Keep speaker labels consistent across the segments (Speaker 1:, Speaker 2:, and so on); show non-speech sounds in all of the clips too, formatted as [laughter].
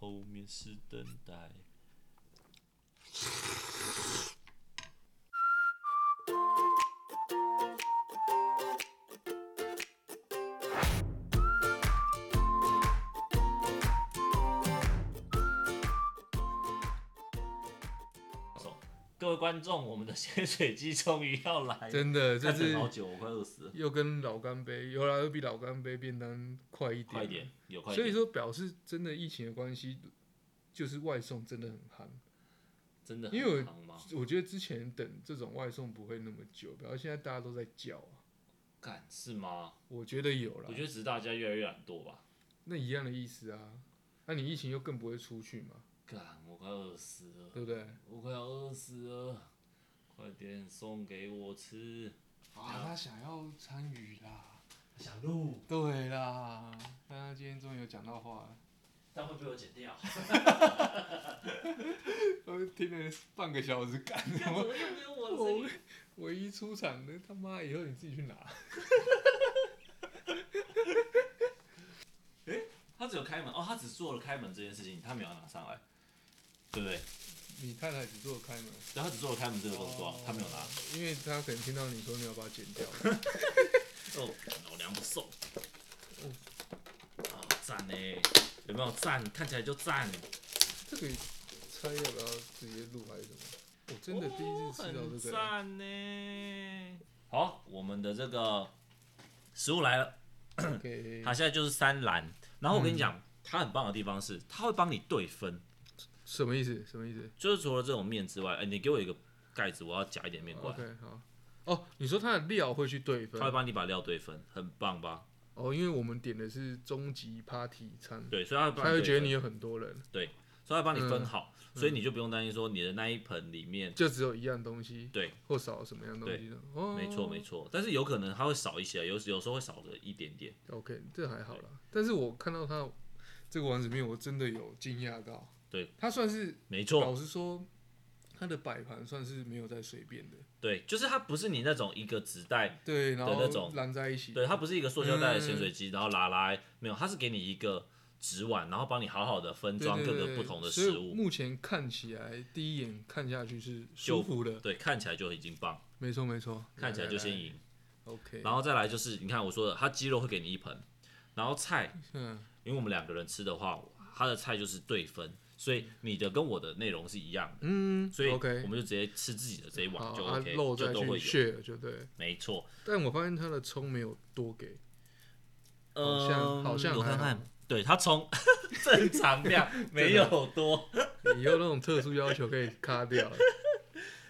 Speaker 1: 电视等待。各位观众，我们的咸水鸡终于要来了，
Speaker 2: [laughs] 真的就
Speaker 1: 看
Speaker 2: 是
Speaker 1: 等好久，我快饿死了。
Speaker 2: 又跟老干杯，有啦，又比老干杯便当快一点，
Speaker 1: 快一点，有快一
Speaker 2: 所以
Speaker 1: 点，
Speaker 2: 说表示真的疫情的关系，就是外送真的很夯。
Speaker 1: 真的
Speaker 2: 因为
Speaker 1: 很长吗？
Speaker 2: 我觉得之前等这种外送不会那么久，表示现在大家都在叫啊。
Speaker 1: 干是吗？
Speaker 2: 我觉得有啦
Speaker 1: 我，觉得只是大家越来越懒惰吧。
Speaker 2: 那一样的意思啊。那、你疫情又更不会出去嘛，
Speaker 1: 干，我快饿死了，
Speaker 2: 对不对？
Speaker 1: 我快要饿死了，快点送给我吃。
Speaker 2: 啊，他想要参与啦，
Speaker 1: 想录，
Speaker 2: 对啦。但他今天终于有讲到话了，
Speaker 1: 但会被我剪掉。
Speaker 2: [laughs]
Speaker 1: [laughs]
Speaker 2: 我听了半个小时，干 [laughs] 什么？
Speaker 1: 又没有我的声音。
Speaker 2: 唯一出场的他妈以后你自己去拿。
Speaker 1: 他只有开门哦，他只做了开门这件事情，他没有拿上来，对不对？
Speaker 2: 你太太只做开门，哦
Speaker 1: 对，他只做了开门这个动作啊，他没有拿。，
Speaker 2: 因为他可能听到你说你要把它剪掉。
Speaker 1: 哦，老娘不送。哦啊，赞呢？有没有赞？看起来就赞。
Speaker 2: 这个猜要不要直接录还是什么？我真的第一次吃到
Speaker 1: 哦
Speaker 2: 这
Speaker 1: 很
Speaker 2: 个，
Speaker 1: 赞呢。好，我们的这个食物来了。
Speaker 2: 给
Speaker 1: 它现在就是三蓝。然后我跟你
Speaker 2: 嗯
Speaker 1: 讲，它很棒的地方是，它会帮你对分，
Speaker 2: 什么意思？什么意思
Speaker 1: 就是除了这种面之外，哎、你给我一个盖子，我要夹一点面过来，
Speaker 2: ？OK，好。哦，你说它的料会去对分
Speaker 1: 它会帮你把料对分，很棒吧？
Speaker 2: 哦，因为我们点的是终极 party 餐，
Speaker 1: 对，所以它会帮
Speaker 2: 他会
Speaker 1: 对
Speaker 2: 觉得
Speaker 1: 分
Speaker 2: 你，嗯有很多人，
Speaker 1: 所以它会帮你分好，所以你就不用担心说你的那一盆里面，
Speaker 2: 就只有一样东西，
Speaker 1: 对，
Speaker 2: 或少什么样东西的。哦，
Speaker 1: 没错没错，但是有可能它会少一些，有有时候会少了一点点。
Speaker 2: OK，这还好啦。但是我看到他这个丸子面，我真的有惊讶到。
Speaker 1: 对，
Speaker 2: 他算是
Speaker 1: 没错，
Speaker 2: 老实说，他的摆盘算是没有在随便的，
Speaker 1: 对，就是它不是你那种一个纸袋，
Speaker 2: 对，然
Speaker 1: 那种
Speaker 2: 后拦在一起，
Speaker 1: 对，它不是一个塑胶袋的潜水
Speaker 2: 嗯
Speaker 1: 机，然后拿来没有，它是给你一个纸碗，然后帮你好好的分
Speaker 2: 对
Speaker 1: 装
Speaker 2: 对
Speaker 1: 各
Speaker 2: 对
Speaker 1: 个
Speaker 2: 对
Speaker 1: 不同的
Speaker 2: 所以
Speaker 1: 食物。
Speaker 2: 目前看起来，第一眼看下去是舒服的，
Speaker 1: 对，看起来就已经棒，
Speaker 2: 没错没错，
Speaker 1: 看起来就先
Speaker 2: 来来
Speaker 1: 赢。
Speaker 2: 来 OK，
Speaker 1: 然后再来就是，你看我说的，它鸡肉会给你一盆，然后菜，
Speaker 2: 嗯，
Speaker 1: 因为我们两个人吃的话，它的菜就是对分，所以你的跟我的内容是一样的，
Speaker 2: 嗯，
Speaker 1: 所以我
Speaker 2: OK，
Speaker 1: 们就直接吃自己的这一碗
Speaker 2: 好，
Speaker 1: 就
Speaker 2: 啊
Speaker 1: OK，、
Speaker 2: 肉
Speaker 1: 就
Speaker 2: 再
Speaker 1: 都
Speaker 2: 去
Speaker 1: 会有。
Speaker 2: share 就对。
Speaker 1: 没错，
Speaker 2: 但我发现他的葱没有多给，好像
Speaker 1: 嗯，
Speaker 2: 好像
Speaker 1: 我
Speaker 2: 还
Speaker 1: 看
Speaker 2: 好
Speaker 1: 看，对它从 [laughs] 正常量没有多。
Speaker 2: 以后那种特殊要求可以卡掉。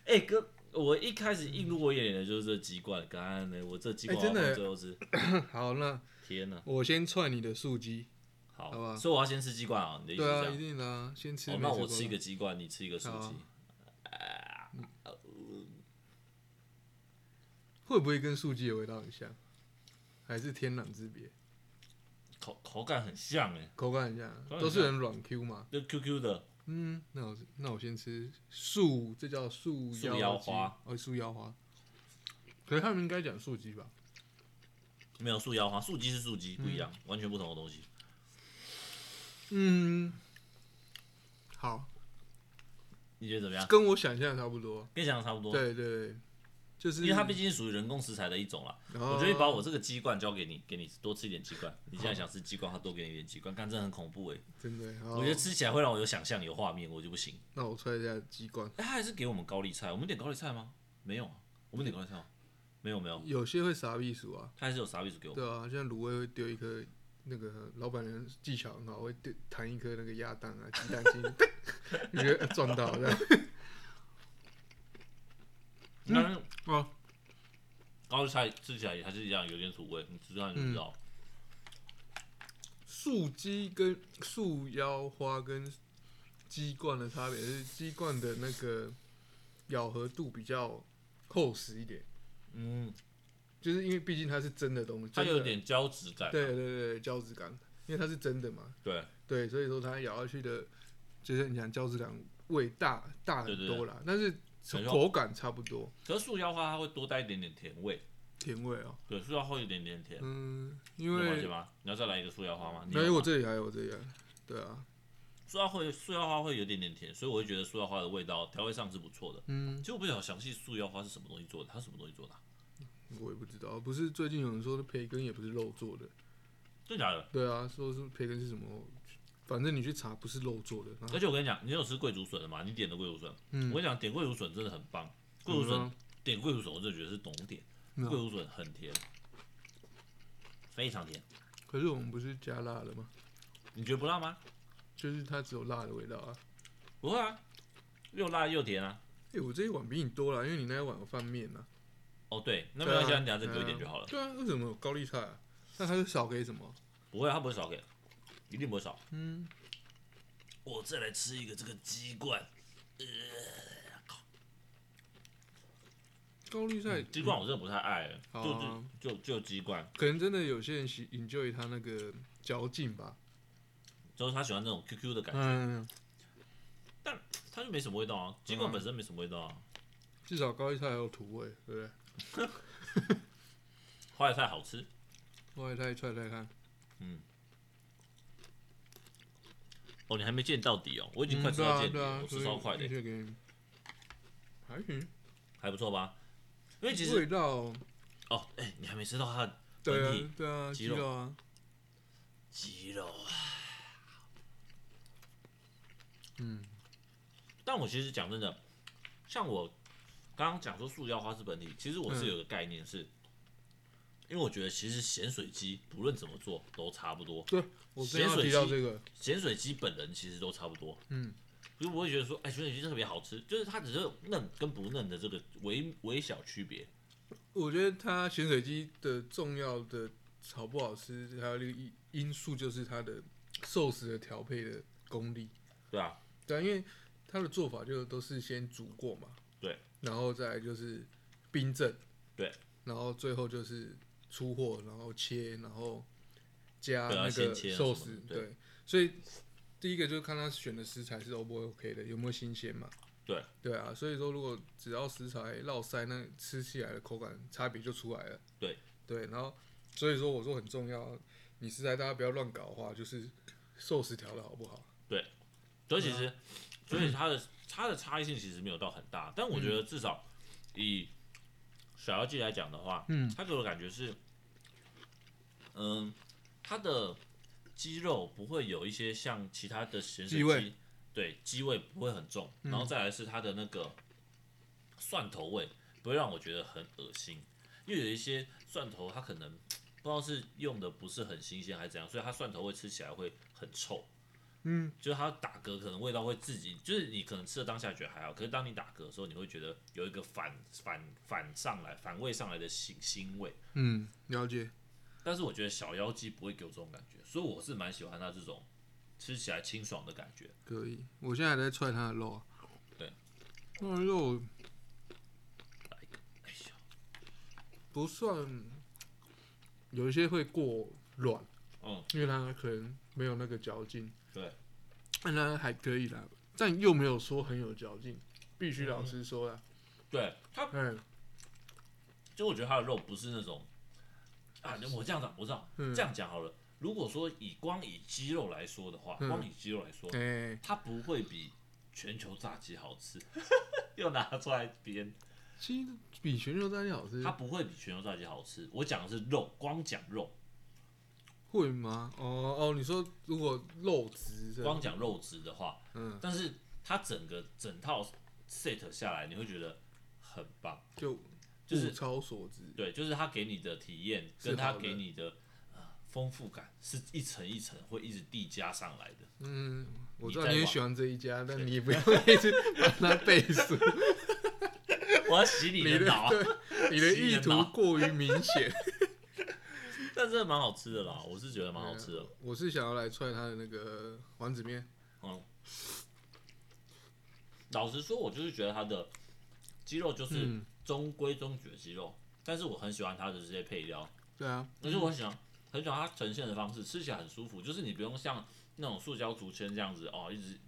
Speaker 1: 哎、哥，我一开始映入我眼帘的就是这鸡冠，干嘞，我这鸡
Speaker 2: 哎
Speaker 1: 冠我要
Speaker 2: 真的
Speaker 1: 放
Speaker 2: 耶
Speaker 1: 最后吃，
Speaker 2: [laughs] 好，那
Speaker 1: 天哪！
Speaker 2: 我先踹你的素鸡。
Speaker 1: 好，
Speaker 2: 好吧
Speaker 1: 所以我要先吃鸡冠啊，你的意思
Speaker 2: 对
Speaker 1: 是
Speaker 2: 啊，
Speaker 1: 这样
Speaker 2: 一？定的啊，先吃
Speaker 1: 哦
Speaker 2: 没，
Speaker 1: 那
Speaker 2: 吃
Speaker 1: 我
Speaker 2: 过
Speaker 1: 吃一
Speaker 2: 的
Speaker 1: 个鸡冠，你吃一个素
Speaker 2: 好啊
Speaker 1: 鸡。
Speaker 2: 会不会跟素鸡的味道很像？还是天壤之别？啊
Speaker 1: 口口感很像哎，
Speaker 2: 口感很像啊，
Speaker 1: 口感很像
Speaker 2: 都是很软 Q 嘛。
Speaker 1: 就 QQ 的，
Speaker 2: 嗯，那我那我先吃素，这叫素
Speaker 1: 素
Speaker 2: 腰
Speaker 1: 腰
Speaker 2: 鸡
Speaker 1: 花，
Speaker 2: 哦，素腰花。可是他们应该讲素鸡吧？
Speaker 1: 没有素腰花，素鸡是素鸡，不一样，完全不同的东西。
Speaker 2: 嗯，好，
Speaker 1: 你觉得怎么样？
Speaker 2: 跟我想象的差不多。
Speaker 1: 跟你想的差不多，
Speaker 2: 对对对，就是
Speaker 1: 啊
Speaker 2: 哦
Speaker 1: 因为它毕竟是属于人工食材的一种啦。我觉得把我这个鸡冠交给你，给你多吃一点鸡冠。你现在想吃鸡冠，它多给你一点鸡冠，看真的很恐怖哎。
Speaker 2: 真的，好
Speaker 1: 我觉得吃起来会让我有想象，有画面，我就不行。
Speaker 2: 那我踹一下鸡冠，
Speaker 1: 哎，它还是给我们高丽菜，我们点高丽菜吗？没有啊，我们点高丽菜吗？没有没有，
Speaker 2: 有些会撒避暑啊，
Speaker 1: 它还是有啥味素给我们。
Speaker 2: 对啊，像卤味会丢一颗那个老板娘技巧很好，会丢弹一颗那个鸭蛋啊、鸡蛋进去， [laughs] 你觉得撞到这样
Speaker 1: 但是
Speaker 2: 哦，
Speaker 1: 高丽菜吃起来也还是一样有点土味，你吃看就知道。
Speaker 2: 素鸡跟素腰花跟鸡冠的差别是，鸡冠的那个咬合度比较厚实一点，
Speaker 1: 嗯，
Speaker 2: 就是因为毕竟它是真的东西，
Speaker 1: 它
Speaker 2: 真
Speaker 1: 有
Speaker 2: 的
Speaker 1: 点胶质感啊。
Speaker 2: 对对对对胶质感，因为它是真的嘛，
Speaker 1: 对，
Speaker 2: 对，所以说它咬下去的，就是你讲胶质感味大大很多啦，但
Speaker 1: 没
Speaker 2: 是
Speaker 1: 错
Speaker 2: 口感差不多，
Speaker 1: 可是塑腰花它会多带一点点甜味，
Speaker 2: 甜味哦、
Speaker 1: 对，塑腰花会有一点点甜，
Speaker 2: 嗯，
Speaker 1: 你
Speaker 2: 因
Speaker 1: 有发现
Speaker 2: 为
Speaker 1: 吗？你要再来一个塑腰花吗？你
Speaker 2: 没
Speaker 1: 有
Speaker 2: 有
Speaker 1: 吗
Speaker 2: 我这里还有这样，对啊，
Speaker 1: 塑料会塑料花会有点点甜，所以我会觉得塑料花的味道调味上是不错的。
Speaker 2: 嗯，
Speaker 1: 其实我不晓得详细塑料花是什么东西做的，它什么东西做的啊、
Speaker 2: 我也不知道，不是最近有人说培根也不是肉做的，
Speaker 1: 真假的？
Speaker 2: 对啊，说是培根是什么，反正你去查不是肉做的，然后
Speaker 1: 而且我跟你讲，你有吃贵竹笋的吗？你点的贵竹笋，
Speaker 2: 嗯
Speaker 1: 我跟你讲，点贵竹笋真的很棒。贵竹
Speaker 2: 嗯
Speaker 1: 笋
Speaker 2: 啊
Speaker 1: 点贵竹笋，我真的觉得是懂点。
Speaker 2: 嗯啊
Speaker 1: 贵竹笋很甜，非常甜。
Speaker 2: 可是我们不是加辣了吗？
Speaker 1: 你觉得不辣吗？
Speaker 2: 就是它只有辣的味道啊。
Speaker 1: 不会啊，又辣又甜啊。
Speaker 2: 哎、我这一碗比你多了，因为你那一碗有饭面啊。
Speaker 1: 哦，对，那没
Speaker 2: 对
Speaker 1: 关
Speaker 2: 啊
Speaker 1: 系，啊，你等下再给我一点就好了。
Speaker 2: 对啊，为什么有高丽菜啊？那它是少给什么？
Speaker 1: 不会，他不会少给，一定不会少。
Speaker 2: 嗯，
Speaker 1: 我再来吃一个这个鸡冠，
Speaker 2: 高丽菜
Speaker 1: 鸡冠我真的不太爱、
Speaker 2: 好
Speaker 1: 就
Speaker 2: 啊
Speaker 1: 就就就鸡冠，
Speaker 2: 可能真的有些人喜 enjoy 它那个嚼劲吧。
Speaker 1: 就是他喜欢那种 QQ 的感觉，
Speaker 2: 嗯，
Speaker 1: 它就没什么味道啊。鸡冠本身没什么味道啊，
Speaker 2: 至少高丽菜还有土味，对不对？
Speaker 1: 花椰菜好吃。
Speaker 2: 高丽菜踹踹看，
Speaker 1: 哦，你还没见到底哦，我已
Speaker 2: 已
Speaker 1: 经快吃到见底
Speaker 2: 对
Speaker 1: 了，
Speaker 2: 啊，
Speaker 1: 我
Speaker 2: 对啊
Speaker 1: 吃超快的
Speaker 2: 所以，一切给你还行，
Speaker 1: 还不错吧？因为其
Speaker 2: 味
Speaker 1: 实
Speaker 2: 道
Speaker 1: 哦，哎、你还没吃到它的
Speaker 2: 对
Speaker 1: 本体
Speaker 2: 啊，对啊，
Speaker 1: 鸡
Speaker 2: 鸡
Speaker 1: 肉
Speaker 2: 肉啊，
Speaker 1: 鸡肉啊。
Speaker 2: 嗯，
Speaker 1: 但我其实讲真的，像我刚刚讲说塑料花是本体，其实我是有个概念是，因为我觉得其实咸水鸡不论怎么做都差不多，
Speaker 2: 对，我正
Speaker 1: 咸
Speaker 2: 要
Speaker 1: 水
Speaker 2: 提到
Speaker 1: 鸡
Speaker 2: 这个，不
Speaker 1: 咸水鸡本人其实都差不多。
Speaker 2: 嗯，
Speaker 1: 就不会觉得说，哎、咸水鸡特别好吃，就是它只是嫩跟不嫩的这个微微小区别。
Speaker 2: 我觉得它咸水鸡的重要的好不好吃，还有一个因因素就是它的寿司的调配的功力。
Speaker 1: 对啊，
Speaker 2: 对啊，因为它的做法就都是先煮过嘛，
Speaker 1: 对，
Speaker 2: 然后再来就是冰镇，
Speaker 1: 对，
Speaker 2: 然后最后就是出货，然后切，然后加
Speaker 1: 对啊
Speaker 2: 那
Speaker 1: 先
Speaker 2: 个
Speaker 1: 切啊
Speaker 2: 寿
Speaker 1: 什么
Speaker 2: 司
Speaker 1: 的，对
Speaker 2: 对，所以第一个就是看他选的食材是 O 不 OK 的，有没有新鲜嘛。
Speaker 1: 对
Speaker 2: 对啊，所以说如果只要食材绕塞，那吃起来的口感差别就出来了。
Speaker 1: 对
Speaker 2: 对，然后所以说我说很重要，你食材大家不要乱搞的话，就是寿司调的好不好？
Speaker 1: 所以其
Speaker 2: 嗯
Speaker 1: 实，所以它的它的差异性其实没有到很大，但我觉
Speaker 2: 嗯
Speaker 1: 得至少以小妖记来讲的话，
Speaker 2: 嗯，
Speaker 1: 它给我的感觉是，嗯，它的鸡肉不会有一些像其他的咸水
Speaker 2: 鸡味嗯
Speaker 1: 鸡，对，鸡味不会很重，然后再来是它的那个蒜头味不会让我觉得很恶心，因为有一些蒜头它可能不知道是用的不是很新鲜还是怎样，所以它蒜头味吃起来会很臭。
Speaker 2: 嗯，
Speaker 1: 就是它打嗝可能味道会自己，就是你可能吃的当下觉得还好，可是当你打嗝的时候，你会觉得有一个反反反上来、反胃上来的腥腥味。
Speaker 2: 嗯，了解。
Speaker 1: 但是我觉得小妖姬不会给我这种感觉，所以我是蛮喜欢它这种吃起来清爽的感觉。
Speaker 2: 可以，我现在还在踹它的肉啊。
Speaker 1: 对，
Speaker 2: 那肉
Speaker 1: 哎呦，
Speaker 2: 不算，有一些会过软，
Speaker 1: 嗯，
Speaker 2: 因为它可能没有那个嚼劲。
Speaker 1: 对，
Speaker 2: 但它还可以啦，但又没有说很有嚼劲，必须老实说啦。
Speaker 1: 对，它
Speaker 2: 嗯
Speaker 1: 就我觉得它的肉不是那种啊，我这样讲，我知道
Speaker 2: 嗯，
Speaker 1: 这样讲好了。如果说以光以鸡肉来说的话，
Speaker 2: 嗯
Speaker 1: 光以鸡肉来说，
Speaker 2: 哎、
Speaker 1: 它不会比全球炸鸡好吃， [laughs] 又拿出来编。
Speaker 2: 其实比全球炸鸡好吃
Speaker 1: 它，不会比全牛炸鸡好吃。我讲的是肉，光讲肉，
Speaker 2: 会吗？哦哦，你说如果肉质是吧
Speaker 1: 光讲肉质的话，
Speaker 2: 嗯，
Speaker 1: 但是它整个整套 set 下来，你会觉得很棒。
Speaker 2: 就
Speaker 1: 就是
Speaker 2: 物超所值。
Speaker 1: 对，就是它给你的体验
Speaker 2: 是
Speaker 1: 跟它
Speaker 2: 好的
Speaker 1: 给你的呃丰富感是一层一层会一直递加上来的。 [laughs]
Speaker 2: 嗯，我
Speaker 1: 你
Speaker 2: 知道
Speaker 1: 在
Speaker 2: 你也
Speaker 1: 网
Speaker 2: 喜欢这一家，但你也不要一直 [laughs] 把它背书。
Speaker 1: 我要洗你的脑啊， [laughs]
Speaker 2: 对你的意图过于明显。
Speaker 1: 但真的蛮好吃的啦，我是觉得 [laughs] 蛮
Speaker 2: 啊
Speaker 1: 好吃的。
Speaker 2: 我是想要来踹他的那个丸子面，
Speaker 1: 嗯，老实说，我就是觉得它的鸡肉就是
Speaker 2: 嗯
Speaker 1: 中规中矩的鸡肉，但是我很喜欢它的这些配料。
Speaker 2: 对啊，
Speaker 1: 而且我很喜欢，很喜欢它呈现的方式，吃起来很舒服，就是你不用像那种塑胶竹签这样子哦，一直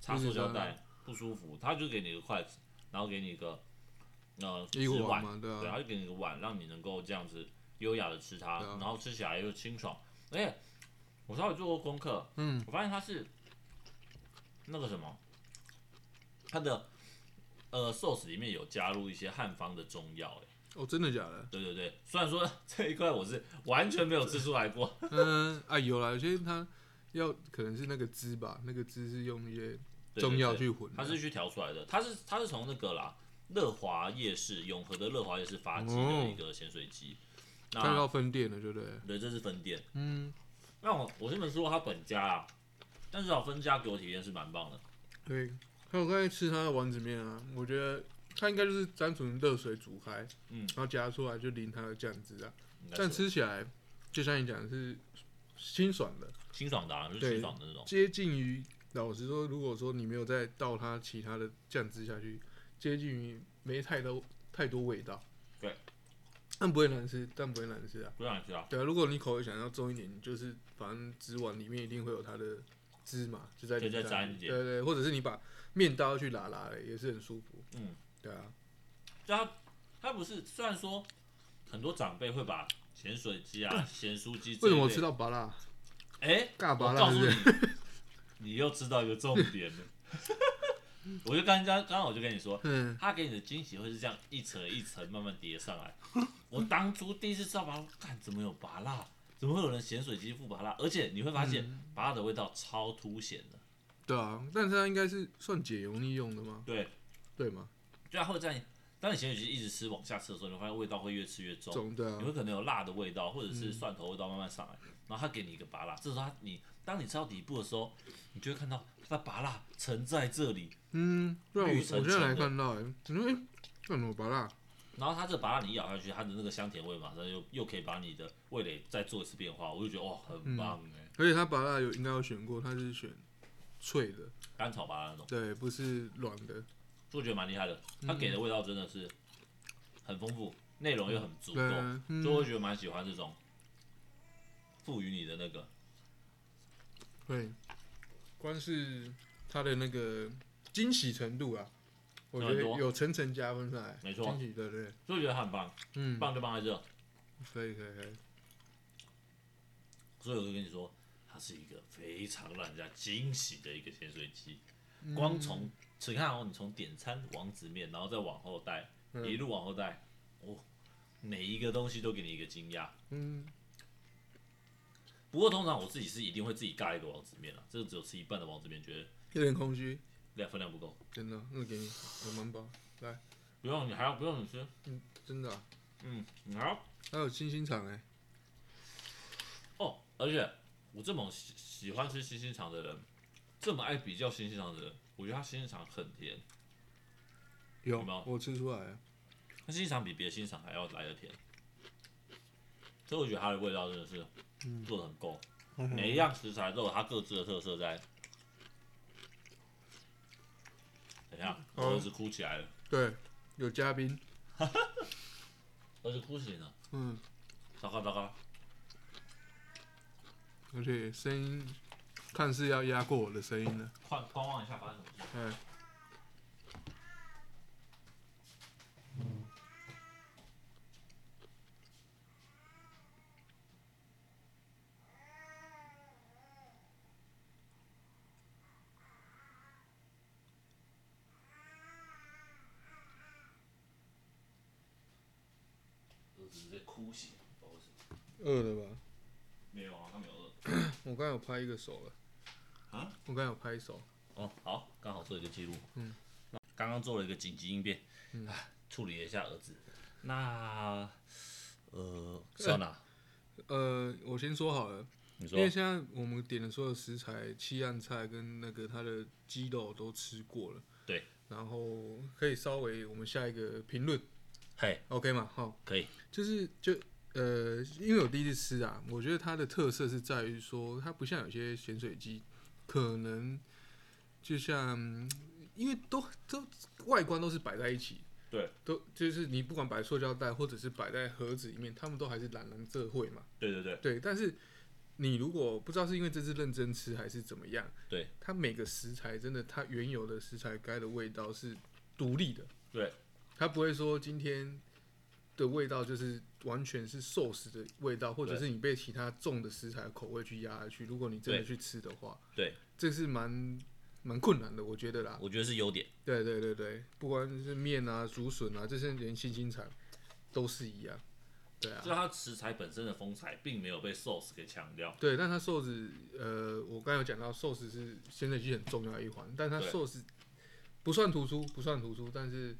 Speaker 1: 插塑胶袋不舒服，它就给你一个筷子，然后给你一个呃
Speaker 2: 一
Speaker 1: 纸
Speaker 2: 个碗
Speaker 1: 碗，
Speaker 2: 嘛，对
Speaker 1: 对，它
Speaker 2: 啊，
Speaker 1: 就给你一个碗，让你能够这样子优雅的吃它，
Speaker 2: 对啊
Speaker 1: 然后吃起来又清爽。而且我稍微做过功课，
Speaker 2: 嗯，
Speaker 1: 我发现它是那个什么，它的呃 sauce 里面有加入一些汉方的中药，哎，
Speaker 2: 哦，真的假的？
Speaker 1: 对对对，虽然说 [laughs] 这一块我是完全没有吃出来
Speaker 2: [laughs]
Speaker 1: 过，
Speaker 2: [laughs] 嗯，啊，有啦，有些它要可能是那个汁吧，那个汁是用一些
Speaker 1: 对对
Speaker 2: 中药
Speaker 1: 对
Speaker 2: 去混的，
Speaker 1: 它是去调出来的，它是它是从那个啦乐华夜市永和的乐华夜市发迹的一个咸水鸡，
Speaker 2: 看
Speaker 1: 那
Speaker 2: 到分店了，对不对？
Speaker 1: 对这是分店，
Speaker 2: 嗯，
Speaker 1: 那我我这本说它本家啊，但至少分家给我体验是蛮棒的，
Speaker 2: 对。还有我刚才吃它的丸子面啊，我觉得它应该就是单纯热水煮开，
Speaker 1: 嗯
Speaker 2: 然后夹出来就淋它的酱汁啊，
Speaker 1: 应该
Speaker 2: 但
Speaker 1: 是
Speaker 2: 吃起来就像你讲的是清爽的，
Speaker 1: 清爽的、啊，就是
Speaker 2: 对
Speaker 1: 清爽的那种，
Speaker 2: 接近于老实说，如果说你没有再倒它其他的酱汁下去，接近于没太多太多味道。
Speaker 1: 对，
Speaker 2: 但不会难吃，但不会难吃啊。
Speaker 1: 不让你吃啊，
Speaker 2: 对啊，如果你口味想要重一点，你就是反正纸碗里面一定会有它的芝麻，就在
Speaker 1: 就再
Speaker 2: 沾
Speaker 1: 沾
Speaker 2: 进
Speaker 1: 一
Speaker 2: 去
Speaker 1: 点
Speaker 2: 对对，或者是你把面倒下去拉拉的，也是很舒服。
Speaker 1: 嗯，
Speaker 2: 对啊，
Speaker 1: 就它它不是，虽然说很多长辈会把咸水鸡
Speaker 2: [laughs]
Speaker 1: 啊、咸酥鸡这一类，
Speaker 2: 为什么我吃到拔辣？
Speaker 1: 哎、
Speaker 2: 尬拔
Speaker 1: 我
Speaker 2: 辣
Speaker 1: 告
Speaker 2: 是
Speaker 1: 诉
Speaker 2: 不
Speaker 1: 你
Speaker 2: 是？，
Speaker 1: 你又知道一个重点了。我就刚刚刚刚我就跟你说，
Speaker 2: [laughs] 嗯，
Speaker 1: 他给你的惊喜会是这样一层一层慢慢叠上来。我当初第一次知道麻辣，看怎么有麻辣，怎么会有人咸水鸡附麻辣？而且你会发现麻辣的味道超凸显的，
Speaker 2: 对啊，但是它应该是算解油腻用的吗？
Speaker 1: 对，
Speaker 2: 对吗？
Speaker 1: 就它会在你当你咸水鸡一直吃往下吃的时候，你会发现味道会越吃越重，
Speaker 2: 总的
Speaker 1: 你
Speaker 2: 啊
Speaker 1: 会，可能有辣的味道或者
Speaker 2: 嗯
Speaker 1: 是蒜头味道慢慢上来，然后他给你一个麻辣，这时候他你当你吃到底部的时候，你就会看到它的麻辣沉在这里，
Speaker 2: 嗯，对啊，
Speaker 1: 绿
Speaker 2: 我
Speaker 1: 橙
Speaker 2: 我现在才
Speaker 1: 橙的
Speaker 2: 看到哎、欸，你说哎，干什么拔辣？
Speaker 1: 然后它这把你一咬下去，它的那个香甜味马上又又可以把你的味蕾再做一次变化，我就觉得哇，
Speaker 2: 嗯
Speaker 1: 很棒哎、
Speaker 2: 而且它拔辣有应该有选过，它是选脆的，
Speaker 1: 甘草拔那种，
Speaker 2: 对，不是软的。
Speaker 1: 就觉得蛮厉害的。
Speaker 2: 嗯
Speaker 1: 它给的味道真的是很丰富，内容又很足够
Speaker 2: 对，，嗯，
Speaker 1: 就会觉得蛮喜欢这种赋予你的那个。
Speaker 2: 对，光是它的那个惊喜程度啊，我觉
Speaker 1: 有
Speaker 2: 得
Speaker 1: 很多
Speaker 2: 有层层加分上来，
Speaker 1: 没错
Speaker 2: 惊喜对对，
Speaker 1: 就觉得它很棒，
Speaker 2: 嗯，
Speaker 1: 棒就棒在这。
Speaker 2: 可以可以可以，
Speaker 1: 所以我就跟你说，它是一个非常让人家惊喜的一个咸水鸡。光从你看哦，你从点餐王子面，然后再往后带，
Speaker 2: 嗯
Speaker 1: 一路往后带，哦，每一个东西都给你一个惊讶。
Speaker 2: 嗯，
Speaker 1: 不过通常我自己是一定会自己尬一个王子面了，这个只有吃一半的王子面，觉得
Speaker 2: 有点空虚，
Speaker 1: 量分量不够。
Speaker 2: 真的，那给你，我蛮饱，
Speaker 1: 不用，你还要不用你吃，
Speaker 2: 真的啊、
Speaker 1: 嗯，你还要
Speaker 2: 还有清心肠哎、
Speaker 1: 哦，而且我这么喜喜欢吃星星肠的人，这么爱比较星星肠的人，我觉得他星星肠很甜，
Speaker 2: 有
Speaker 1: 有没有
Speaker 2: 我吃出来了，
Speaker 1: 它欣赏比别的欣赏还要来的甜，所以我觉得它的味道真的是做的很够，每一样食材都有它各自的特色在。等一下，我
Speaker 2: 好
Speaker 1: 儿子哭起来了，
Speaker 2: 对，有嘉宾，
Speaker 1: 儿子哭醒了，
Speaker 2: 嗯，
Speaker 1: 糟糕糟糕，
Speaker 2: 而且声音看似要压过我的声音了。
Speaker 1: 快观望一下发生什么事。
Speaker 2: 嗯，
Speaker 1: 儿子直接哭醒，不知道为什么
Speaker 2: 饿了吧？
Speaker 1: 没有啊，他没有饿。
Speaker 2: 我刚有拍一个手了。
Speaker 1: 啊？
Speaker 2: 我刚有拍手。
Speaker 1: 哦，好，刚好做一个记录。
Speaker 2: 嗯，
Speaker 1: 刚刚做了一个紧急应变，
Speaker 2: 嗯
Speaker 1: 啊，处理了一下儿子。那呃，算了，
Speaker 2: 呃，我先说好了，
Speaker 1: 你说
Speaker 2: 因为现在我们点的所有食材，七样菜跟那个它的鸡肉都吃过了。
Speaker 1: 对。
Speaker 2: 然后可以稍微我们下一个评论
Speaker 1: 嘿，
Speaker 2: ，OK 嘛？好，
Speaker 1: 可以，
Speaker 2: 就是就呃，因为我第一次吃啊，我觉得它的特色是在于说，它不像有些咸水鸡，可能就像嗯因为都都外观都是摆在一起，
Speaker 1: 对，
Speaker 2: 都就是你不管摆塑胶袋或者是摆在盒子里面，他们都还是懒人社会嘛，
Speaker 1: 对对对，
Speaker 2: 对。但是你如果不知道是因为这次认真吃还是怎么样，
Speaker 1: 对，
Speaker 2: 它每个食材真的它原有的食材该的味道是独立的，
Speaker 1: 对，
Speaker 2: 它不会说今天的味道就是完全是寿司的味道，或者是你被其他重的食材口味去压下去。如果你真的
Speaker 1: 对
Speaker 2: 去吃的话，
Speaker 1: 对，
Speaker 2: 这是蛮蛮困难的，我觉得啦。
Speaker 1: 我觉得是优点。
Speaker 2: 对对对对，不管是面啊、竹笋啊，这些连星星菜都是一样。对啊，
Speaker 1: 就它食材本身的风采并没有被 sauce 给强调，
Speaker 2: 对，但它寿司，呃，我刚才有讲到寿司是咸水鸡很重要的一环，但它
Speaker 1: 对
Speaker 2: 寿司不算突出，不算突出，但是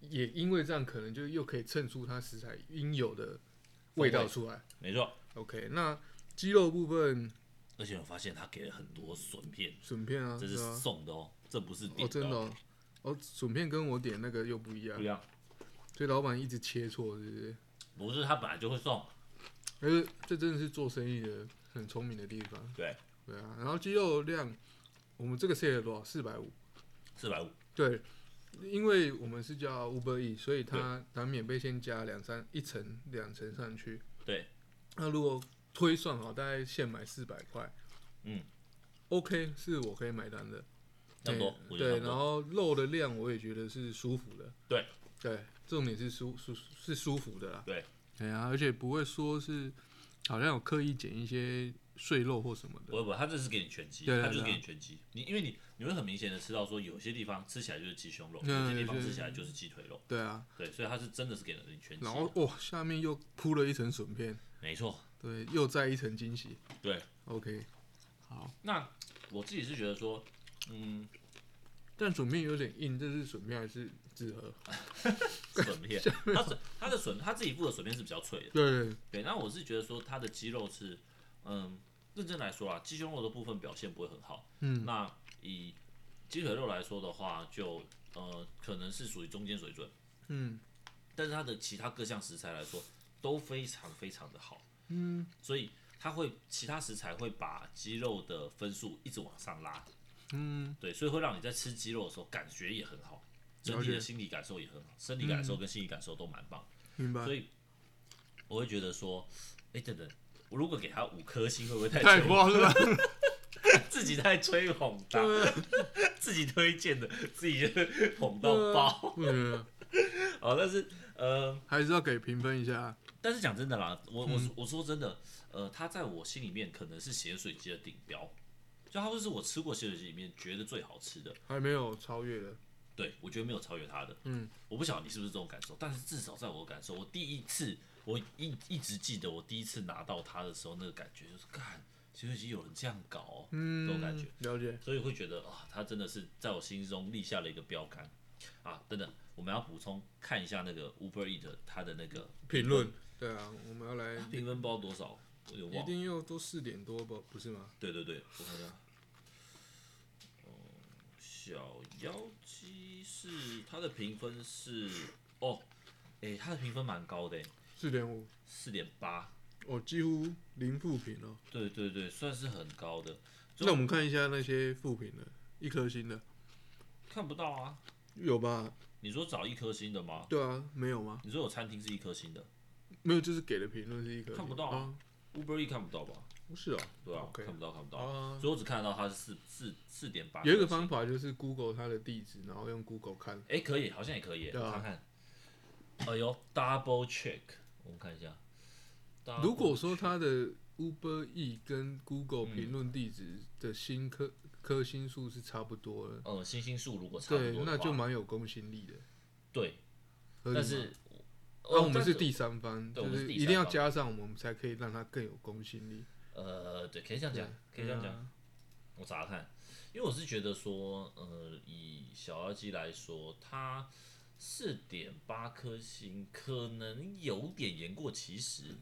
Speaker 2: 也因为这样，可能就又可以衬出它食材应有的味道出来。
Speaker 1: 没错。
Speaker 2: OK，那鸡肉部分
Speaker 1: 而且我发现它给了很多笋片，
Speaker 2: 笋片啊，
Speaker 1: 这是
Speaker 2: 是吧？
Speaker 1: 送的哦，这不是
Speaker 2: 哦，
Speaker 1: 点
Speaker 2: 真的
Speaker 1: 的哦，
Speaker 2: 哦，哦，笋片跟我点那个又不一样
Speaker 1: 不一，样，
Speaker 2: 所以老板一直切错，是不是？
Speaker 1: 不是它本来就会送，
Speaker 2: 而且这真的是做生意的很聪明的地方。
Speaker 1: 对，
Speaker 2: 对啊，然后鸡肉量，我们这个 set 多少？四百五。
Speaker 1: 四百五，
Speaker 2: 对，因为我们是叫 Uber E，所以它难免被先加两三一层两层上去。
Speaker 1: 对，
Speaker 2: 那如果推算好，大概现买四百块，
Speaker 1: 嗯
Speaker 2: ，OK，是我可以买单的。
Speaker 1: 差不多，我
Speaker 2: 对
Speaker 1: 觉得
Speaker 2: 对，
Speaker 1: 差不多。
Speaker 2: 然后肉的量我也觉得是舒服的。
Speaker 1: 对
Speaker 2: 对，重点是舒舒是舒服的啦。
Speaker 1: 对
Speaker 2: 对啊，而且不会说是好像有刻意减一些碎肉或什么的。
Speaker 1: 不会不会，它这是给你全鸡，
Speaker 2: 对对
Speaker 1: 它就是
Speaker 2: 对
Speaker 1: 给你全鸡。你因为你你会很明显的吃到说，有些地方吃起来就是鸡胸肉，
Speaker 2: 嗯
Speaker 1: 有些地方
Speaker 2: 有些
Speaker 1: 吃起来就是鸡腿肉，
Speaker 2: 对啊，
Speaker 1: 对，所以它是真的是给了你全鸡
Speaker 2: 然。后哇、下面又铺了一层笋片，
Speaker 1: 没错，
Speaker 2: 对，又再一层惊喜。
Speaker 1: 对
Speaker 2: ，OK，好，
Speaker 1: 那我自己是觉得说，嗯，
Speaker 2: 但笋片有点硬，这是笋片还是纸盒？ [laughs]
Speaker 1: 笋片，它笋它的笋它自己附的笋片是比较脆的。
Speaker 2: 对，
Speaker 1: 对，那我是觉得说它的肌肉是，嗯，认真来说啊，鸡胸肉的部分表现不会很好。
Speaker 2: 嗯，
Speaker 1: 那以鸡腿肉来说的话，就呃可能是属于中间水准，
Speaker 2: 嗯
Speaker 1: 但是它的其他各项食材来说都非常非常的好，
Speaker 2: 嗯，
Speaker 1: 所以它会其他食材会把鸡肉的分数一直往上拉，
Speaker 2: 嗯，
Speaker 1: 对，所以会让你在吃鸡肉的时候感觉也很好，整
Speaker 2: 了
Speaker 1: 体的
Speaker 2: 解
Speaker 1: 心理感受也很好，生理感受跟心理感受都蛮棒的。
Speaker 2: 明白
Speaker 1: 所。以我会觉得说，哎、等等，我如果给他五颗星，会不会太
Speaker 2: 太
Speaker 1: 吹
Speaker 2: 夸张了， [laughs]
Speaker 1: 自己太吹捧他，
Speaker 2: 对
Speaker 1: 自己推荐的，自己就捧到爆。
Speaker 2: 嗯，
Speaker 1: 哦，但是呃，
Speaker 2: 还是要给评分一下。
Speaker 1: 但是讲真的啦，我
Speaker 2: 嗯
Speaker 1: 我我说真的，呃，他在我心里面可能是咸水鸡的顶标，就他会是我吃过咸水鸡里面觉得最好吃的。
Speaker 2: 还没有超越的，
Speaker 1: 对，我觉得没有超越他的。
Speaker 2: 嗯，
Speaker 1: 我不晓得你是不是这种感受，但是至少在我的感受，我第一次，我一一直记得我第一次拿到它的时候，那个感觉就是，干，其实已经有人这样搞、哦，
Speaker 2: 嗯，
Speaker 1: 这种感觉，
Speaker 2: 了解。
Speaker 1: 所以会觉得啊，它真的是在我心中立下了一个标杆啊。等等，我们要补充看一下那个 Uber Eat 它的那个
Speaker 2: 评论，对啊，我们要来，
Speaker 1: 评分包多少，我有点
Speaker 2: 一
Speaker 1: 忘了。
Speaker 2: 定要都四点多吧，不是吗？
Speaker 1: 对对对，我看一下。哦，小妖姬是它的评分是哦，诶，它的评分蛮高的诶，
Speaker 2: 四点五，
Speaker 1: 四点八，
Speaker 2: 我几乎零负评哦。
Speaker 1: 对对对，算是很高的，就
Speaker 2: 那我们看一下那些负评的，一颗星的
Speaker 1: 看不到啊。
Speaker 2: 有吧？
Speaker 1: 你说找一颗星的吗？
Speaker 2: 对啊，没有吗？
Speaker 1: 你说有餐厅是一颗星的
Speaker 2: 没有，就是给的评论是一颗星，
Speaker 1: 看不到啊
Speaker 2: 啊，
Speaker 1: ，Uber E 看不到吧？
Speaker 2: 不是哦。
Speaker 1: 对啊
Speaker 2: OK
Speaker 1: 看不到，看不到。
Speaker 2: 啊，
Speaker 1: 所以我只看得到它是四四四点八。
Speaker 2: 有一个方，法就是 Google 它的地址，然后用 Google 看。
Speaker 1: 哎，可以，好像也可以，
Speaker 2: 对啊
Speaker 1: 我看看。哎呦，double check，我们看一下。Double
Speaker 2: 如果说它的 Uber E 跟 Google
Speaker 1: 嗯
Speaker 2: 评论地址的新颗颗星数是差不多的，
Speaker 1: 呃，星星数如果差不多
Speaker 2: 对
Speaker 1: 的，话，
Speaker 2: 那就蛮有公信力的。
Speaker 1: 对。
Speaker 2: 合理吗
Speaker 1: 但是，哦
Speaker 2: 那我们
Speaker 1: 但
Speaker 2: 是第三方，
Speaker 1: 对
Speaker 2: 就
Speaker 1: 我们是
Speaker 2: 是
Speaker 1: 第
Speaker 2: 一定要
Speaker 1: 三方
Speaker 2: 加上我们才可以让它更有公信力。
Speaker 1: 呃，对，可以这样讲，可以
Speaker 2: 对
Speaker 1: 这
Speaker 2: 啊
Speaker 1: 样讲。我查查看，因为我是觉得说，呃，以小妖姬来说，它四点八颗星可能有点言过其实。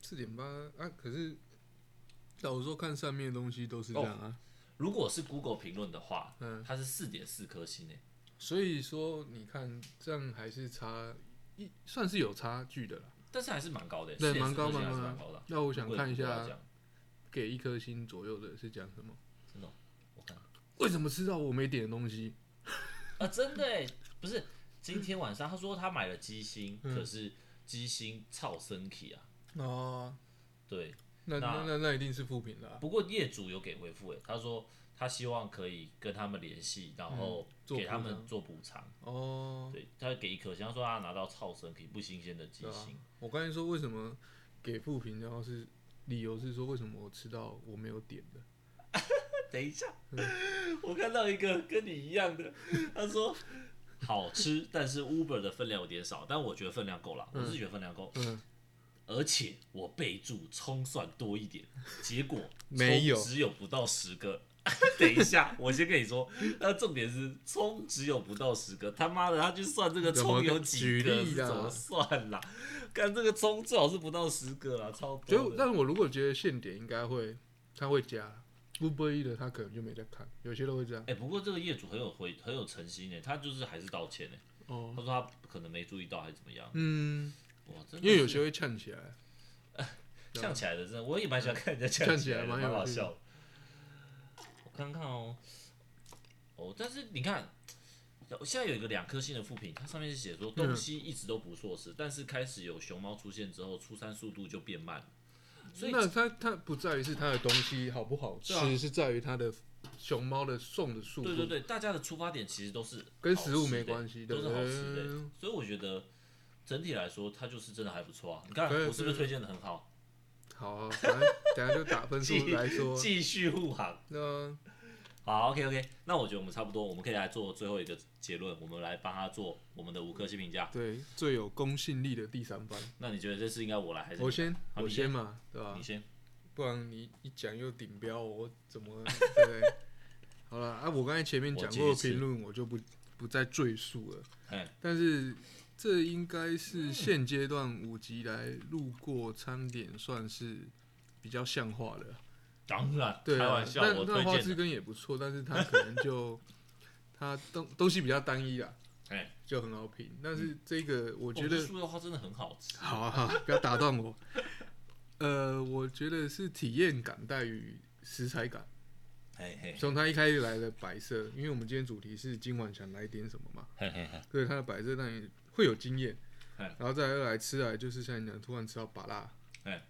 Speaker 2: 四点八啊，可是老实说，看上面的东西都是这样
Speaker 1: 哦
Speaker 2: 啊。
Speaker 1: 如果是 Google 评论的话，
Speaker 2: 嗯
Speaker 1: 它是四点四颗星欸诶。
Speaker 2: 所以说，你看这样还是差一，算是有差距的啦。
Speaker 1: 但是还是蛮高的欸，
Speaker 2: 对
Speaker 1: 4.4
Speaker 2: 蛮高
Speaker 1: 颗星
Speaker 2: 蛮
Speaker 1: 还
Speaker 2: 高
Speaker 1: 是
Speaker 2: 的
Speaker 1: 蛮高的啊。
Speaker 2: 那我想
Speaker 1: 如果
Speaker 2: 看一
Speaker 1: 如果要
Speaker 2: 下
Speaker 1: 讲，
Speaker 2: 给一颗星左右的是讲什么？
Speaker 1: 真的哦，我看
Speaker 2: 为什么吃到我没点的东西？
Speaker 1: 啊，真的欸，不是今天晚上他说他买了鸡心，
Speaker 2: 嗯
Speaker 1: 可是鸡心超生气啊，
Speaker 2: 哦，
Speaker 1: 对。
Speaker 2: 那
Speaker 1: 那
Speaker 2: 那那那一定是负评的、啊。
Speaker 1: 不过业主有给回复诶，他说他希望可以跟他们联系，然后
Speaker 2: 嗯做
Speaker 1: 给他
Speaker 2: 补
Speaker 1: 们
Speaker 2: 偿
Speaker 1: 做补偿。
Speaker 2: 哦，
Speaker 1: 对，他给一颗星，他说他拿到超生气不新鲜的鸡
Speaker 2: 对啊
Speaker 1: 心。。
Speaker 2: 我刚才说为什么给负评，然后是理由是说为什么我吃到我没有点的。
Speaker 1: 等一下，
Speaker 2: 嗯
Speaker 1: 我看到一个跟你一样的，他说好吃，但是 Uber 的分量有点少，但我觉得分量够了，我是觉得分量够，
Speaker 2: 嗯，
Speaker 1: 而且我备注葱蒜多一点，结果
Speaker 2: 没有
Speaker 1: 葱只有不到十个。 [laughs] 等一下，我先跟你说，那重点是葱只有不到十个，他妈的，他去算这个
Speaker 2: 怎么
Speaker 1: 葱有几
Speaker 2: 举
Speaker 1: 个
Speaker 2: 例
Speaker 1: 是
Speaker 2: 啊
Speaker 1: 怎么算啦？干这个葱最好是不到十个啦，超多
Speaker 2: 就
Speaker 1: 的。
Speaker 2: 但我如果觉得现点应该会，他会加。Uber E 的他可能就没在看，有些都会这样。
Speaker 1: 哎、不过这个业主很有回很有诚心欸呢，他就是还是道歉呢。欸
Speaker 2: 哦，
Speaker 1: 他说他可能没注意到还是怎么样，
Speaker 2: 嗯，
Speaker 1: 哇，真的
Speaker 2: 因为有
Speaker 1: 是
Speaker 2: 些会呛起来。
Speaker 1: 呛起来的，真的我也蛮喜欢看人家
Speaker 2: 啊呛
Speaker 1: 起
Speaker 2: 起来
Speaker 1: 来的，
Speaker 2: 蛮
Speaker 1: 蛮
Speaker 2: 有
Speaker 1: 好
Speaker 2: 趣的
Speaker 1: 笑的。我看看哦，哦，但是你看，我现在有一个两颗星的副评，它上面是写说东西一直都不错吃，但是开始有熊猫出现之后，出餐速度就变慢了，所以
Speaker 2: 那他他不在于是他的东西好不好吃，
Speaker 1: 对啊
Speaker 2: 是在于他的熊猫的送的速度，
Speaker 1: 对对对，大家的出发点其实都是
Speaker 2: 跟
Speaker 1: 好
Speaker 2: 食物
Speaker 1: 吃
Speaker 2: 没
Speaker 1: 的
Speaker 2: 关系，对呃
Speaker 1: 都
Speaker 2: 不
Speaker 1: 是
Speaker 2: 对
Speaker 1: 好吃的，所以我觉得整体来说，它就是真的还不错啊。你看
Speaker 2: 可以
Speaker 1: 我是不是
Speaker 2: 可
Speaker 1: 推
Speaker 2: 以
Speaker 1: 荐的很好？
Speaker 2: 好啊，反正等下就打分数
Speaker 1: 继 [laughs]
Speaker 2: 来说。
Speaker 1: 继续护航。
Speaker 2: 那
Speaker 1: 好，OK OK，那我觉得我们差不多，我们可以来做最后一个结论，我们来帮他做我们的五颗星评价。
Speaker 2: 对最有公信力的第三番，
Speaker 1: 那你觉得这次应该我来还是
Speaker 2: 我先
Speaker 1: 好你
Speaker 2: 我
Speaker 1: 先
Speaker 2: 先嘛，对吧
Speaker 1: 你？先？
Speaker 2: 不然你一讲又顶标，我怎么对不对？好了啊，我刚才前面
Speaker 1: 我
Speaker 2: 讲
Speaker 1: 继续
Speaker 2: 过的
Speaker 1: 吃
Speaker 2: 评论，我就不不再赘述了。
Speaker 1: 哎，
Speaker 2: 但是这应该是现阶段五级来路过餐点算是比较像话的，
Speaker 1: 当然，
Speaker 2: 对
Speaker 1: 开
Speaker 2: 啊
Speaker 1: 玩。笑，
Speaker 2: 但
Speaker 1: 我
Speaker 2: 但
Speaker 1: 推
Speaker 2: 花
Speaker 1: 荐
Speaker 2: 枝
Speaker 1: 的。
Speaker 2: 根也不错，但是它可能
Speaker 1: [laughs]
Speaker 2: 就它东东西比较单一啦，
Speaker 1: 哎，嗯
Speaker 2: 就很好品。但是这个我
Speaker 1: 我
Speaker 2: 觉得
Speaker 1: 树的花真的很好吃。
Speaker 2: 好啊，好啊不要打断我。呃，我觉得是体验感大于食材感。
Speaker 1: 嘿嘿
Speaker 2: 从它一开始来的摆设，因为我们今天主题是今晚想来点什么嘛，
Speaker 1: 嘿嘿嘿，
Speaker 2: 所以它的摆设让你会有经验
Speaker 1: 哎。
Speaker 2: 然后再来吃来，就是像你讲，突然吃到巴辣，
Speaker 1: 哎，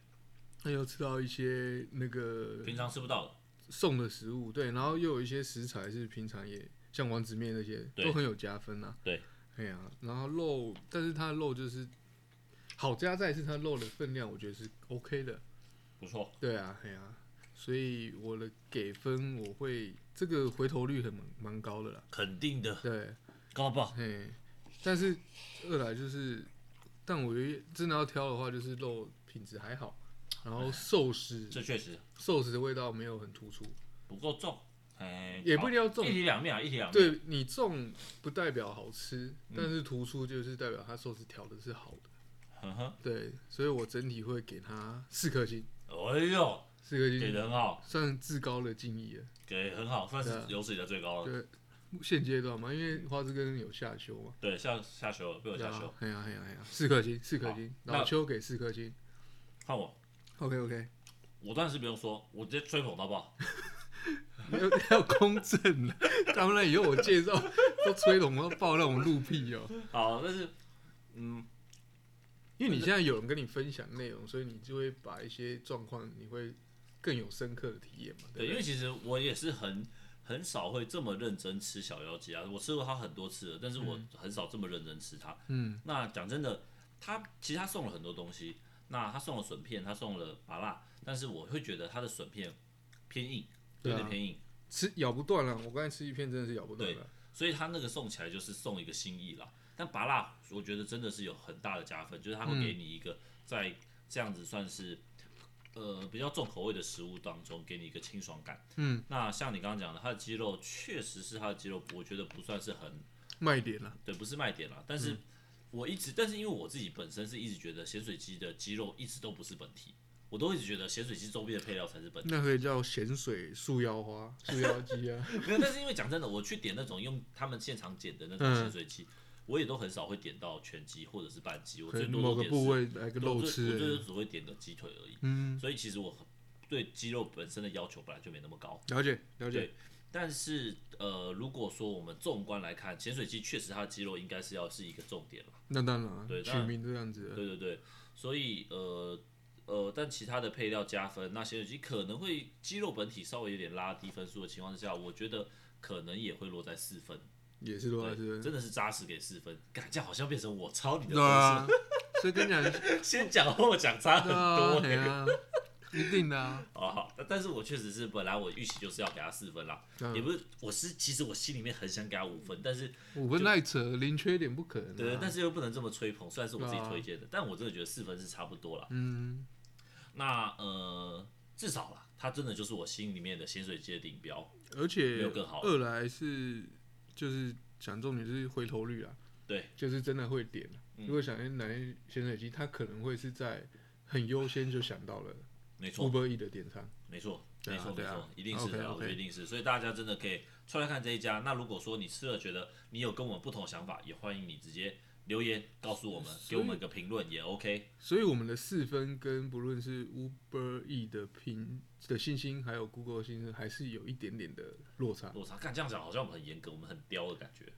Speaker 2: 那又吃到一些那个
Speaker 1: 平常吃不到的，
Speaker 2: 送的食物，对，然后又有一些食材是平常也像丸子面那些
Speaker 1: 对
Speaker 2: 都很有加分啊。
Speaker 1: 对，
Speaker 2: 哎呀、然后肉，但是它的肉就是好加在是它肉的分量，我觉得是 OK 的。
Speaker 1: 不错。
Speaker 2: 对啊，哎呀、所以我的给分我会这个回头率很蛮蛮高的啦。
Speaker 1: 肯定的，
Speaker 2: 对，
Speaker 1: 高爆。
Speaker 2: 嘿，但是二来就是，但我觉得真的要挑的话，就是肉品质还好，然后寿司
Speaker 1: 哎这确实
Speaker 2: 寿司的味道没有很突出，
Speaker 1: 不够重，哎，
Speaker 2: 也不一定要重
Speaker 1: 好一体两面啊，一体两面。
Speaker 2: 对你重不代表好吃，但
Speaker 1: 嗯
Speaker 2: 是突出就是代表它寿司调的是好的。
Speaker 1: 呵呵，
Speaker 2: 对，所以我整体会给它四颗星，
Speaker 1: 哎呦，
Speaker 2: 四颗
Speaker 1: 给
Speaker 2: 星
Speaker 1: 的很好，
Speaker 2: 算至高的敬意了。
Speaker 1: 给很好，算
Speaker 2: 对
Speaker 1: 是
Speaker 2: 啊
Speaker 1: 有史以来最高了。
Speaker 2: 对，现阶段嘛，因为花枝根有下修嘛。
Speaker 1: 对，下下球了，被我
Speaker 2: 对
Speaker 1: 下
Speaker 2: 啊
Speaker 1: 球，，
Speaker 2: 哎呀哎呀哎呀，四颗星，四颗星，
Speaker 1: 那
Speaker 2: 老邱给四颗星。
Speaker 1: 看我，
Speaker 2: OK [laughs] OK，
Speaker 1: 我当然是不用说，我直接吹捧到爆。
Speaker 2: 要要公正了，当然以后我介绍都吹捧要爆那种鹿屁哦、
Speaker 1: 好，但是，嗯，
Speaker 2: 因为你现在有人跟你分享内容，所以你就会把一些状况你会更有深刻的体验嘛，
Speaker 1: 对，
Speaker 2: 不
Speaker 1: 因为
Speaker 2: 对？
Speaker 1: 其实我也是很很少会这么认真吃小妖姬啊，我吃过它很多次了，但是我很少这么认真吃它。
Speaker 2: 嗯，
Speaker 1: 那讲真的，它其实它送了很多东西，那它送了笋片，它送了麻辣，但是我会觉得它的笋片偏硬，有
Speaker 2: 对啊
Speaker 1: 点偏硬，
Speaker 2: 吃咬不断了，我刚才吃一片真的是咬不断了。
Speaker 1: 所以它那个送起来就是送一个心意啦。但麻辣我觉得真的是有很大的加分，就是它会给你一个在这样子算是。呃，比较重口味的食物当中，给你一个清爽感。
Speaker 2: 嗯，
Speaker 1: 那像你刚刚讲的，它的鸡肉确实是它的鸡肉，我觉得不算是很
Speaker 2: 卖点了，
Speaker 1: 对，不是卖点啦。但是我一直，但是因为我自己本身是一直觉得咸水鸡的鸡肉一直都不是本体，我都一直觉得咸水鸡周边的配料才是本体。
Speaker 2: 那可以叫咸水树腰花、树腰鸡啊。
Speaker 1: 没有，但是因为讲真的，我去点那种用他们现场剪的那
Speaker 2: 嗯
Speaker 1: 种咸水鸡，我也都很少会点到全鸡或者是半鸡， [laughs] 我
Speaker 2: 可
Speaker 1: 最
Speaker 2: 能
Speaker 1: 多
Speaker 2: 某
Speaker 1: 都
Speaker 2: 个
Speaker 1: 点
Speaker 2: 部
Speaker 1: 是
Speaker 2: 位来个
Speaker 1: 对我
Speaker 2: 肉
Speaker 1: 最
Speaker 2: 吃
Speaker 1: 我最
Speaker 2: 而
Speaker 1: 多
Speaker 2: 已。
Speaker 1: 只会点个鸡腿而已。
Speaker 2: 嗯，
Speaker 1: 所以其实我对鸡肉本身的要求本来就没那么高。
Speaker 2: 了解了解
Speaker 1: 对。但是呃，如果说我们纵观来看，潜水机确实它的肌肉应该是要是一个重点了。
Speaker 2: 那当然啊
Speaker 1: 对，
Speaker 2: 取
Speaker 1: 当然
Speaker 2: 名这样子的，
Speaker 1: 对对对，所以呃呃，但其他的配料加分，那潜水机可能会肌肉本体稍微有点拉低分数的情况之下，我觉得可能也会落在四分。
Speaker 2: 也是多少是
Speaker 1: 对，真的是扎实给四分，感觉好像变成我抄你的
Speaker 2: 对
Speaker 1: 分 [laughs]
Speaker 2: 啊啊。所以跟你讲，
Speaker 1: 数，先讲后讲差很
Speaker 2: 对啊，
Speaker 1: 多、
Speaker 2: 哎呀，一定的啊，
Speaker 1: 哦，好，但但是我确实是本来我预期就是要给他四分啦，
Speaker 2: 嗯
Speaker 1: 也不是，我是其实我心里面很想给他五分，但是
Speaker 2: 五分太扯，零缺点不可能、啊。
Speaker 1: 对，但是又不能这么吹捧，虽然是我自己
Speaker 2: 对啊
Speaker 1: 推荐的，但我真的觉得四分是差不多啦。
Speaker 2: 嗯，
Speaker 1: 那呃，至少啦，他真的就是我心里面的咸水鸡的顶标，
Speaker 2: 而
Speaker 1: 没
Speaker 2: 且
Speaker 1: 有更好
Speaker 2: 二来是就是讲重点是回头率啊，
Speaker 1: 对，
Speaker 2: 就是真的会点。啊
Speaker 1: 嗯
Speaker 2: 如果想要南咸水鸡，他可能会是在很优先就想到了
Speaker 1: 没错，
Speaker 2: Uber E 的点餐。
Speaker 1: 没错，
Speaker 2: 对
Speaker 1: 没
Speaker 2: 啊
Speaker 1: 错，没
Speaker 2: 对啊
Speaker 1: 错，一定是的，
Speaker 2: OK，OK
Speaker 1: 我觉得一定是。所以大家真的可以出来看这一家。那如果说你吃了觉得你有跟我们不同想法，也欢迎你直接留言告诉我们，给
Speaker 2: 所以
Speaker 1: 我们一个评论也 OK。
Speaker 2: 所以我们的四分跟不论是 Uber E 的评的信心，还有 Google 的信心，还是有一点点的落差，
Speaker 1: 我操，看这样讲好像我们很严格，我们很刁的感觉，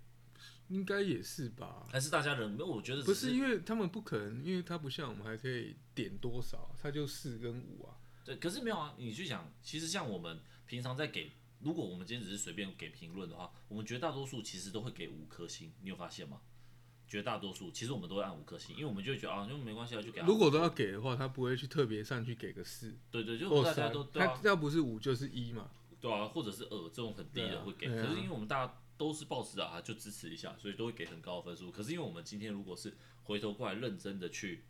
Speaker 2: 应该也是吧？
Speaker 1: 还是大家人没有？我觉得
Speaker 2: 不
Speaker 1: 只
Speaker 2: 是
Speaker 1: 是
Speaker 2: 因为他们不可能，因为他不像我们还可以点多少，他就四跟五啊。
Speaker 1: 对，可是没有啊。你去想，其实像我们平常在给，如果我们今天只是随便给评论的话，我们绝大多数其实都会给五颗星，你有发现吗？绝大多数其实我们都会按五颗星，因为我们就会觉得啊，就没关系啊，就给他。
Speaker 2: 如果都要给的话，他不会去特别上去给个四
Speaker 1: 对对，就
Speaker 2: 或
Speaker 1: 大家
Speaker 2: 三
Speaker 1: 都，对啊
Speaker 2: 他，要不是五就是一嘛。
Speaker 1: 对啊，或者是耳这种很低
Speaker 2: 对
Speaker 1: 的
Speaker 2: 啊
Speaker 1: 会给，
Speaker 2: 对啊
Speaker 1: 可是因为我们大家都是抱持着啊，就支持一下，所以都会给很高的分数。可是因为我们今天如果是回头过来认真的去，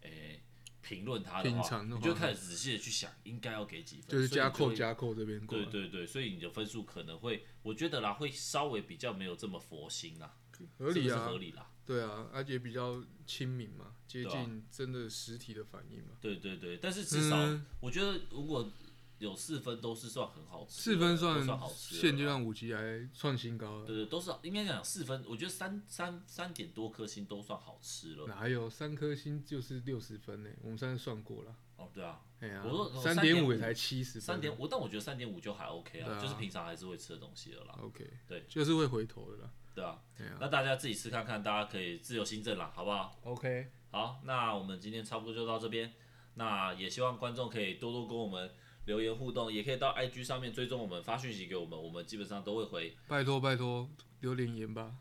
Speaker 1: 诶、评论它的
Speaker 2: 品
Speaker 1: 话，
Speaker 2: 尝的
Speaker 1: 你
Speaker 2: 话
Speaker 1: 就会开始仔细的去想应该要给几分，
Speaker 2: 就是
Speaker 1: 所以
Speaker 2: 加
Speaker 1: 你就
Speaker 2: 扣
Speaker 1: 会。
Speaker 2: 加扣这边过啊
Speaker 1: 对对
Speaker 2: 来，
Speaker 1: 对，所以你的分数可能会，我觉得啦，会稍微比较没有这么佛心啦，
Speaker 2: 合理
Speaker 1: 是不
Speaker 2: 啊
Speaker 1: 是，合理啦。
Speaker 2: 对啊，而且比较亲民嘛，接
Speaker 1: 对啊
Speaker 2: 近真的实体的反应嘛。
Speaker 1: 对啊对对，但是至少
Speaker 2: 嗯
Speaker 1: 我觉得如果有四分都是算很好吃的，
Speaker 2: 四分
Speaker 1: 都
Speaker 2: 算
Speaker 1: 算好吃的
Speaker 2: 现
Speaker 1: 了
Speaker 2: 阶
Speaker 1: 啦
Speaker 2: 段五级还创新高了，
Speaker 1: 对呃对，都是应该讲四分，我觉得三三三点多颗星都算好吃了。
Speaker 2: 哪有三颗星就是六十分呢？我们上次算过了，
Speaker 1: 哦，对啊，
Speaker 2: 哎呀
Speaker 1: 我说，
Speaker 2: 三
Speaker 1: 3.5
Speaker 2: 五也才七十分，
Speaker 1: 三点我但我觉得三点五就还 OK 啊，
Speaker 2: 对啊
Speaker 1: 就是平常还是会吃的东西了啦。
Speaker 2: OK，
Speaker 1: 对
Speaker 2: 就是会回头的啦。
Speaker 1: 嗯对啊，
Speaker 2: 哎呀
Speaker 1: 那大家自己吃看看，大家可以自由新政啦，好不好？
Speaker 2: ，OK，
Speaker 1: 好，那我们今天差不多就到这边。那也希望观众可以多多跟我们留言互动，也可以到 IG 上面追踪我们，发讯息给我们，我们基本上都会回，
Speaker 2: 拜托拜托，留点言吧。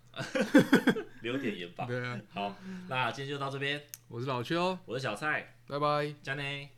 Speaker 1: 留点言吧。
Speaker 2: 对啊，
Speaker 1: 好，那今天就到这边，
Speaker 2: 我是老邱，
Speaker 1: 我是小蔡，
Speaker 2: 拜拜。
Speaker 1: 加内。